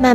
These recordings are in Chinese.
漫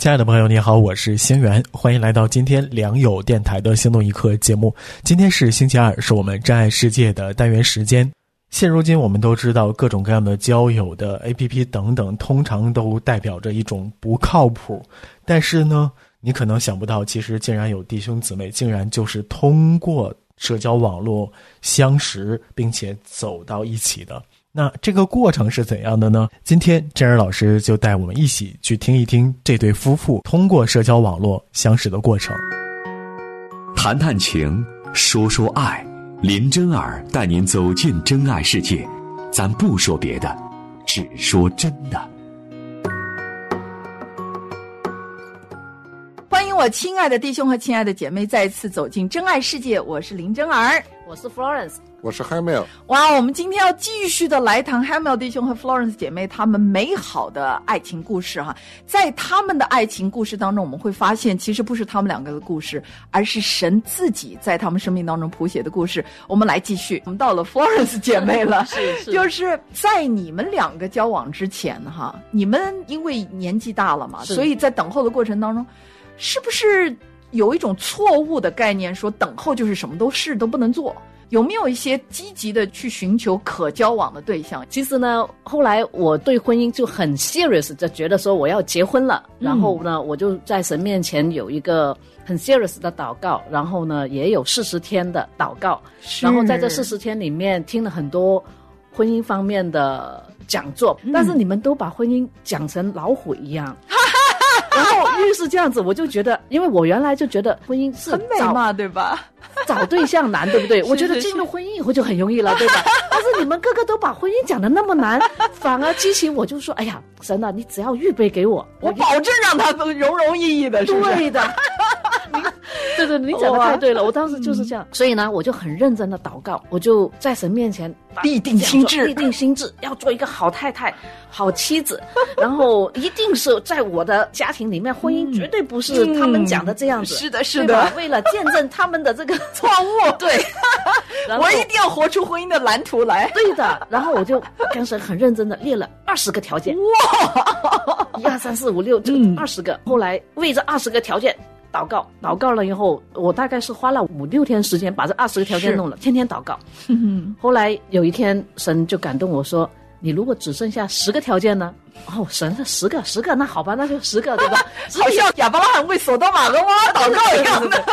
亲爱的朋友，你好，我是星源，欢迎来到今天良友电台的《心动一刻》节目。今天是星期二，是我们真爱世界的单元时间。现如今，我们都知道各种各样的交友的 APP 等等，通常都代表着一种不靠谱。但是呢，你可能想不到，其实竟然有弟兄姊妹，竟然就是通过社交网络相识，并且走到一起的。那这个过程是怎样的呢？今天真人老师就带我们一起去听一听这对夫妇通过社交网络相识的过程。谈谈情，说说爱，林真儿带您走进真爱世界。咱不说别的，只说真的。欢迎我亲爱的弟兄和亲爱的姐妹再次走进真爱世界，我是林真儿。我是 Florence，我是 Hamel，哇，我们今天要继续的来谈 Hamel 弟兄和 Florence 姐妹他们美好的爱情故事哈。在他们的爱情故事当中，我们会发现其实不是他们两个的故事，而是神自己在他们生命当中谱写的故事。我们来继续，我们到了 Florence 姐妹了，是是就是在你们两个交往之前哈，你们因为年纪大了嘛，是所以在等候的过程当中，是不是有一种错误的概念，说等候就是什么都事都不能做？有没有一些积极的去寻求可交往的对象？其实呢，后来我对婚姻就很 serious，就觉得说我要结婚了。嗯然后呢，我就在神面前有一个很 serious 的祷告，然后呢，也有四十天的祷告。然后在这四十天里面，听了很多婚姻方面的讲座，嗯但是你们都把婚姻讲成老虎一 样。然后越是这样子，我就觉得，因为我原来就觉得婚姻是很美找嘛，对吧？找对象难，对不对？是我觉得是进入婚姻以后就很容易了， 对吧？但是你们个个都把婚姻讲的那么难，反而激起我就说，哎呀，神啊，你只要预备给我，我保证让他都融融易易的，是不是？对的。 对对，你讲的太对了，我当时就是这样，所以呢，我就很认真的祷告，我就在神面前把立定心智想说立定心智，要做一个好太太、好妻子， 然后一定是在我的家庭里面，婚姻绝对不是他们讲的这样子，是的嗯是对吧的为了见证他们的这个 错误，对，然后我一定要活出婚姻的蓝图来。对的，然后我就跟神很认真的列了二十个条件，哇，一二三四五六，这嗯二十个。后来为这二十个条件祷告，祷告了以后，我大概是花了五六天时间把这二十个条件是弄了，天天祷告。嗯后来有一天，神就感动我说：“你如果只剩下十个条件呢？”哦，神，那十个，十个，那好吧，那就十个，对吧？ 好像亚伯拉罕为索多玛和摩拉祷告一样的。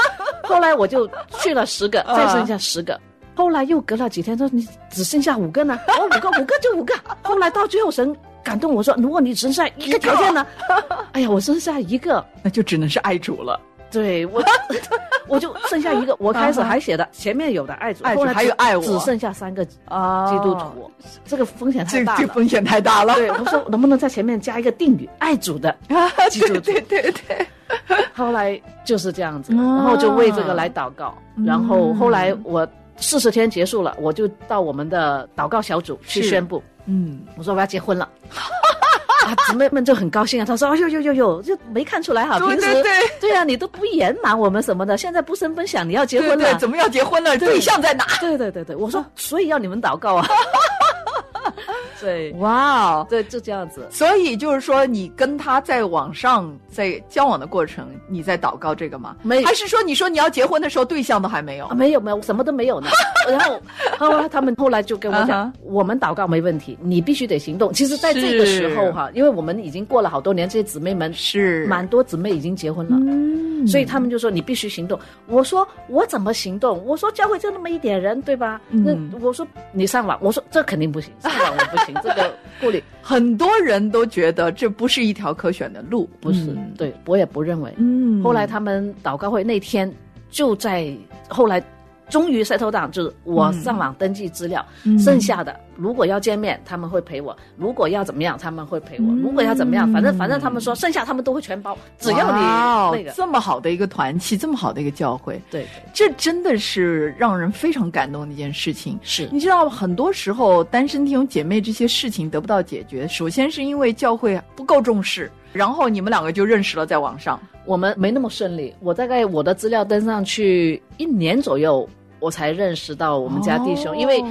后来我就去了十个，啊再剩下十个。后来又隔了几天，说你只剩下五个呢，我五个， 五个就五个。后来到最后，神感动我说，如果你只剩下一个条 件呢？哎呀，我剩下一个，那就只能是爱主了，对 我，我就剩下一个。我开始还写的前面有的爱主，啊爱主后来只还有爱我只剩下三个基啊督徒，这个风哦险太这大这了。风险太大了。对，我说能不能在前面加一个定语，爱主的啊，基督对徒对对对，后来就是这样子，啊然后就为这个来祷告。嗯然后后来我四十天结束了，我就到我们的祷告小组去是宣布，嗯，我说我要结婚了。啊，姊妹们就很高兴啊！她说：“哎呦呦呦呦，就没看出来哈、对平时对对啊，你都不隐瞒我们什么的，现在不声不响，你要结对婚了，对，怎么要结婚了？对象在哪？对对对对，我说，所以要你们祷告啊。对哇哦！对，就这样子。所以就是说，你跟他在网上在交往的过程，你在祷告这个吗？没还是说你说你要结婚的时候对象都还没有啊，？没有没有，什么都没有 呢。然后后来他们后来就跟我讲啊哈我们祷告没问题，你必须得行动。其实，在这个时候哈、因为我们已经过了好多年，这些姊妹们是蛮多姊妹已经结婚了。嗯所以他们就说你必须行动。我说我怎么行动？我说教会就那么一点人，对吧？嗯那我说你上网，我说这肯定不行，上网我不行，这个顾虑很多人都觉得这不是一条可选的路，不是。嗯，对我也不认 为。嗯后来他们祷告会那天就在后来，终于 settle down，就是我上网登记资料，嗯剩下的如果要见面，他们会陪我；如果要怎么样，他们会陪我；嗯如果要怎么样，反正反正他们说剩下他们都会全包，只要你哇哦那个。这么好的一个团契，这么好的一个教会，对对这真的是让人非常感动的一件事情。是你知道，很多时候单身弟兄姐妹这些事情得不到解决，首先是因为教会不够重视，然后你们两个就认识了，在网上。我们没那么顺利。我大概我的资料登上去一年左右，我才认识到我们家弟兄，哦因为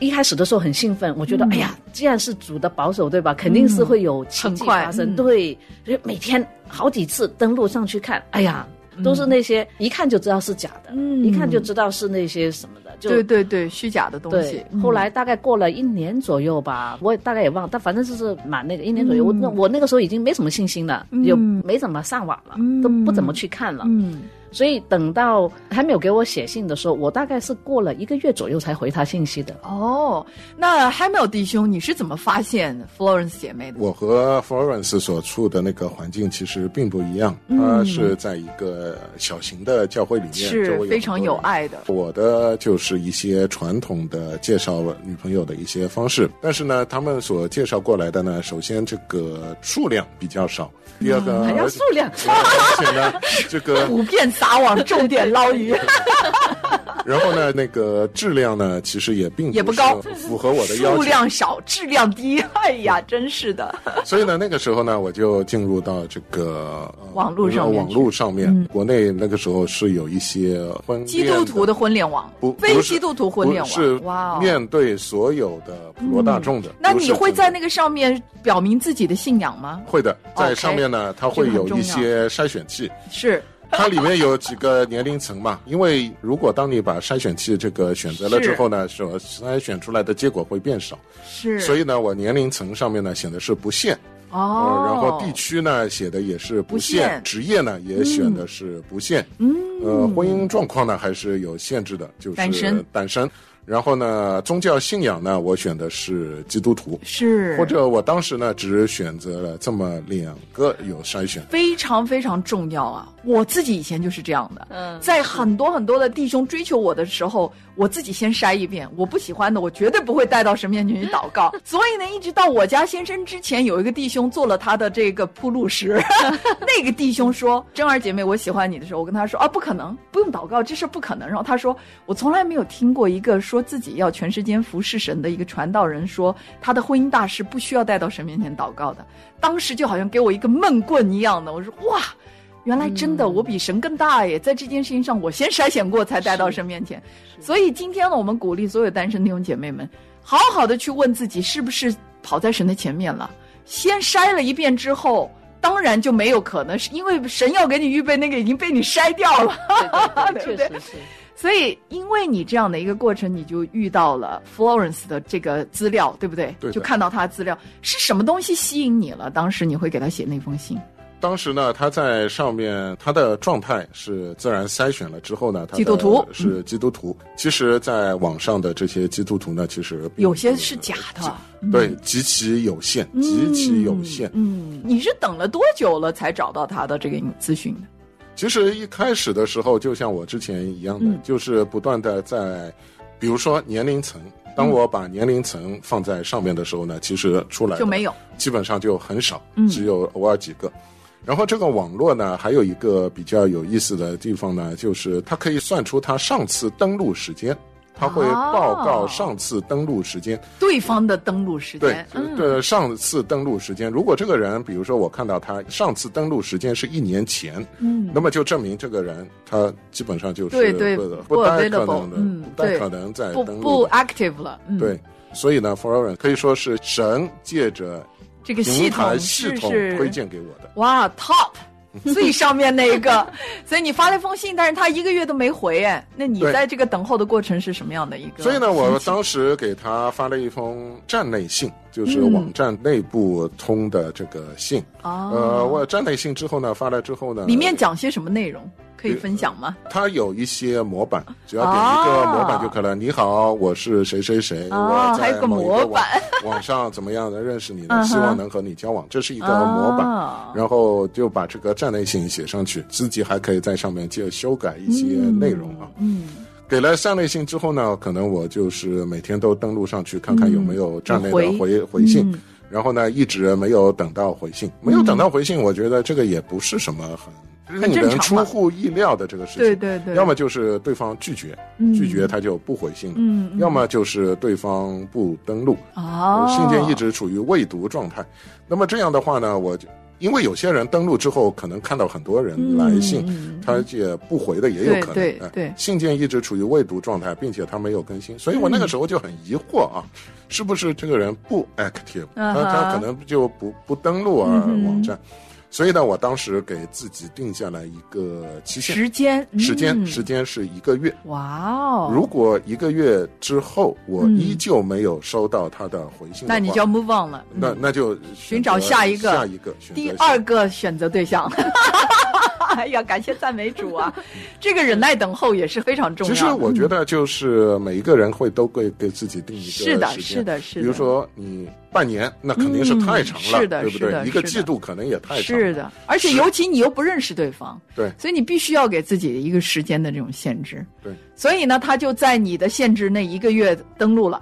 一开始的时候很兴奋，我觉得、嗯哎呀，既然是主的保守，对吧？肯定是会有奇迹很快发生。嗯对，就是每天好几次登录上去看，哎呀，都是那些、一看就知道是假的，嗯一看就知道是那些什么的，就对对对，虚假的东西对。，嗯后来大概过了一年左右吧，我也大概也忘了，但反正就是蛮那个一年左右。我嗯那我那个时候已经没什么信心了，嗯也没怎么上网了，嗯都不怎么去看了。嗯，所以等到还没有给我写信的时候，我大概是过了一个月左右才回他信息的。哦，那 h a m 弟兄，你是怎么发现 Florence 姐妹的？我和 Florence 所处的那个环境其实并不一样，嗯它是在一个小型的教会里面，周围是很多非常有人爱的。我的就是一些传统的介绍女朋友的一些方式，但是呢，他们所介绍过来的呢，首先这个数量比较少，第二嗯个还要而数量，而且呢，这个普遍撒网，重点捞 鱼。然后呢，那个质量呢，其实也并也不高是符合我的要数求。量少，质量低。哎呀，真是的。所以呢，那个时候呢，我就进入到这个、呃 网络上面嗯网络上面，国内那个时候是有一些婚基督徒的的婚恋网不，非不是基督徒婚恋不是网。哇哦，嗯面对所有的普罗大众的。那不是你会针对在那个上面表明自己的信仰吗？会的，在 OK，上面呢，它会有一些筛选器，是，它里面有几个年龄层嘛。 因为如果当你把筛选器这个选择了之后呢，所筛选出来的结果会变少，是，所以呢，我年龄层上面呢显的是不限，哦呃，然后地区呢写的也是不不限，限职业呢也选的是不限，嗯，呃，婚姻状况呢还是有限制的，就是单身单身。然后呢，宗教信仰呢，我选的是基督徒，是或者我当时呢只选择了这么两个有筛选。非常非常重要啊！我自己以前就是这样的，嗯在很多很多的弟兄追求我的时候，我自己先筛一遍，我不喜欢的，我绝对不会带到神面前去祷告。所以呢，一直到我家先生之前，有一个弟兄做了他的这个铺路石，那个弟兄说：“珍儿姐妹，我喜欢你的时候，我跟他说啊，不可能，不用祷告，这事不可能。”然后他说：“我从来没有听过一个说自己要全时间服侍神的一个传道人说，他的婚姻大事不需要带到神面前祷告的。”当时就好像给我一个闷棍一样的，我说：“哇。”原来真的，我比神更大耶！在这件事情上，我先筛选过，才带到神面前。所以今天呢，我们鼓励所有单身弟兄姐妹们，好好的去问自己，是不是跑在神的前面了？先筛了一遍之后，当然就没有可能，是因为神要给你预备那个已经被你筛掉了。对对 对对对，确实是。所以，因为你这样的一个过程，你就遇到了 Florence 的这个资料，对不对？对的就看到他的资料，是什么东西吸引你了？当时你会给他写那封信，当时呢，他在上面，他的状态是自然筛选了之后呢，他的基督徒是基督徒。其实，在网上的这些基督徒呢，其实并有些不是假的，对，极其有限，极其有限。嗯，你是等了多久了才找到他的这个咨询的？其实一开始的时候，就像我之前一样的，嗯就是不断的在，比如说年龄层。当我把年龄层放在上面的时候呢，其实出来的就没有，基本上就很少嗯，只有偶尔几个。然后这个网络呢，还有一个比较有意思的地方呢，就是它可以算出它上次登录时间，它会哦报告上次登录时间。对方的登录时对间，，嗯对，上次登录时间，如果这个人，比如说我看到他上次登录时间是一年前，嗯，那么就证明这个人他基本上就是对对不不太可 available，能的，嗯不太对可能再不登不录的。 active 了，嗯，对，所以呢 f o r e r e n 可以说是神借着这个系平统台是系统是推荐给我的。哇，top 最上面那一个，所以你发了一封信，但是他一个月都没回，哎，那你对在这个等候的过程是什么样的一个？所以呢，我当时给他发了一封站内信，就是网站内部通的这个信。嗯哦，呃，我站内信之后呢，发了之后呢，里面讲些什么内容可以分享吗？它有一些模板，只要点一个模板就可了。你好，我是谁谁谁，啊我还在有个某一模个网板 网上怎么样的认识你嗯呢？哼希望能和你交往，这是一个模板。啊然后就把这个站内信写上去，自己还可以在上面就修改一些内容啊。嗯，给了上类信之后呢，可能我就是每天都登录上去看看有嗯没有站内的有回、回信。嗯然后呢，一直没有等到回信，没有等到回信，我觉得这个也不是什么很令嗯正人常出吧乎意料的这个事情。对对对，要么就是对方拒绝，嗯拒绝他就不回信了；嗯嗯要么就是对方不登录，哦，信件一直处于未读状态。那么这样的话呢，我就因为有些人登录之后，可能看到很多人来信，嗯他也不回的也有可能。对对哎对嗯信件一直处于未读状态，并且他没有更新，所以我那个时候就很疑惑啊，是不是这个人不 active，、嗯他哼他可能就不不登录啊、嗯哼网站。所以呢，我当时给自己定下来一个期限，时间时间嗯时间是一个月。哇哦，如果一个月之后我嗯依旧没有收到他的回信的话，那你就要 move on 了，嗯那那就选寻找择下一个下一个选择第下二个选择对 象。哎呀，感谢赞美主啊！这个忍耐等候也是非常重要其的。实我觉得就是每一个人会都会给自己定一个嗯时是间，的，是的，是比的。如说你半年，那肯定是嗯太长了，是的对是不对？的一个是的季度可能也太长了，是的，而且尤其你又不认识对方，对所以你必须要给自己一个时间的这种限制。对，所以呢，他就在你的限制内一个月登录了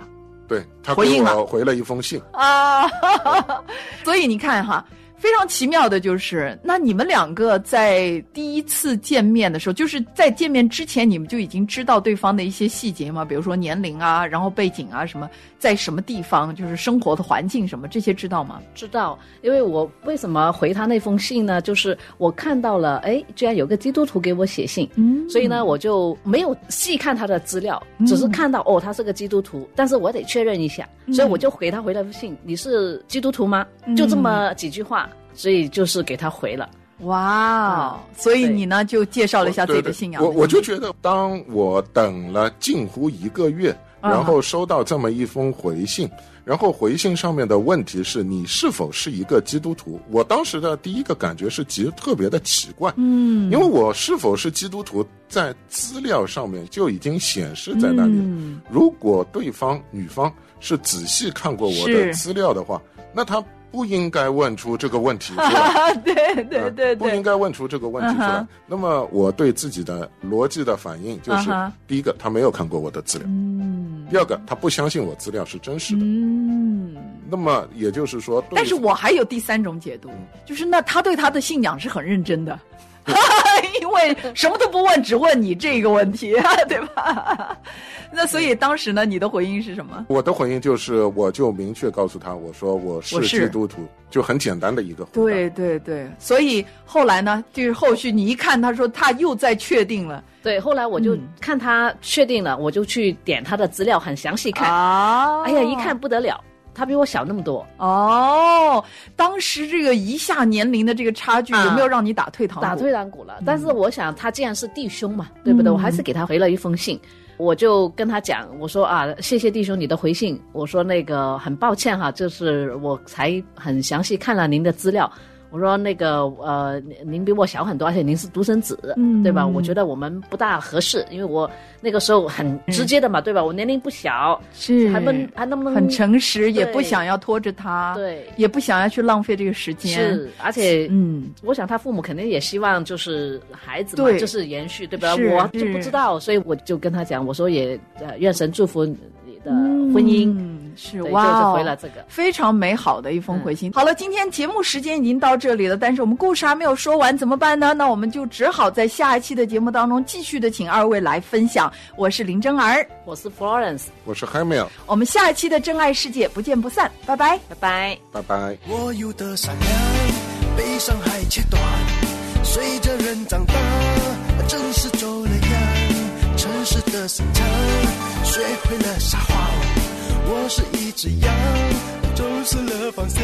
对他回给应我了回了一封信，啊。 所以你看哈，非常奇妙的就是，那你们两个在第一次见面的时候，就是在见面之前，你们就已经知道对方的一些细节吗？比如说年龄啊，然后背景啊，什么在什么地方，就是生活的环境什么这些知道吗？知道，因为我为什么回他那封信呢？就是我看到了，哎，居然有个基督徒给我写信，嗯所以呢，我就没有细看他的资料，只是看到哦，他是个基督徒，但是我得确认一下，嗯所以我就回他回了封信：“你是基督徒吗？”就这么几句话，所以就是给他回了。哇、哦，所以你呢就介绍了一下自己的信仰哦我我就觉得，当我等了近乎一个月，嗯然后收到这么一封回信，然后回信上面的问题是你是否是一个基督徒？我当时的第一个感觉是极特别的奇怪，嗯，因为我是否是基督徒，在资料上面就已经显示在那里了。嗯如果对方女方是仔细看过我的是资料的话，那她不应该问出这个 问题，是吧？啊，对对呃对不应对，该问出这个问题出来。嗯哼那么我对自己的逻辑的反应就是：嗯哼第一个，他没有看过我的资料；嗯第二个，他不相信我资料是真实的。嗯。那么也就是说，对但是我还有第三种解读，就是那他对他的信仰是很认真的， 因为什么都不问，只问你这个问题， 对吧？ 那所以当时呢，你的回应是什么？我的回应就是，我就明确告诉他，我说我是我是基督徒，就很简单的一个回答。对对对，所以后来呢，就是后续你一看，他说他又在确定了对，后来我就嗯看他确定了，我就去点他的资料，很详细看。啊哎呀，一看不得了，他比我小那么多，哦，当时这个一下年龄的这个差距，啊有没有让你打退堂鼓？打退堂鼓了。但是我想，他既然是弟兄嘛，对不对？嗯我还是给他回了一封信，我就跟他讲，我说啊，谢谢弟兄你的回信。我说那个很抱歉哈，就是我才很详细看了您的资料。我说那个呃，您您比我小很多，而且您是独生子，嗯对吧？我觉得我们不大合适，因为我那个时候很直接的嘛，对吧？我年龄不小，是还能还能不能很诚实，也对不想要拖着他，，对也不想要去浪费这个时间，是，而且嗯，我想他父母肯定也希望就是孩子嘛，对就是延续，对吧？是我就是不知道，所以我就跟他讲，我说也呃，愿神祝福你的婚姻，嗯、是对，哇、就是哦，回了这个。嗯非常美好的一封回信。好了，今天节目时间已经到这里了，但是我们故事还没有说完，怎么办呢？那我们就只好在下一期的节目当中继续的请二位来分享。我是林真儿，我是 Florence，我是 h a m i l 我们下一期的真爱世界不见不散，拜拜。拜拜。拜拜。我有的善良被伤害切断，随着人长大，真是走了样。城市的生长，学会了撒谎。我是一只羊，走失了方向，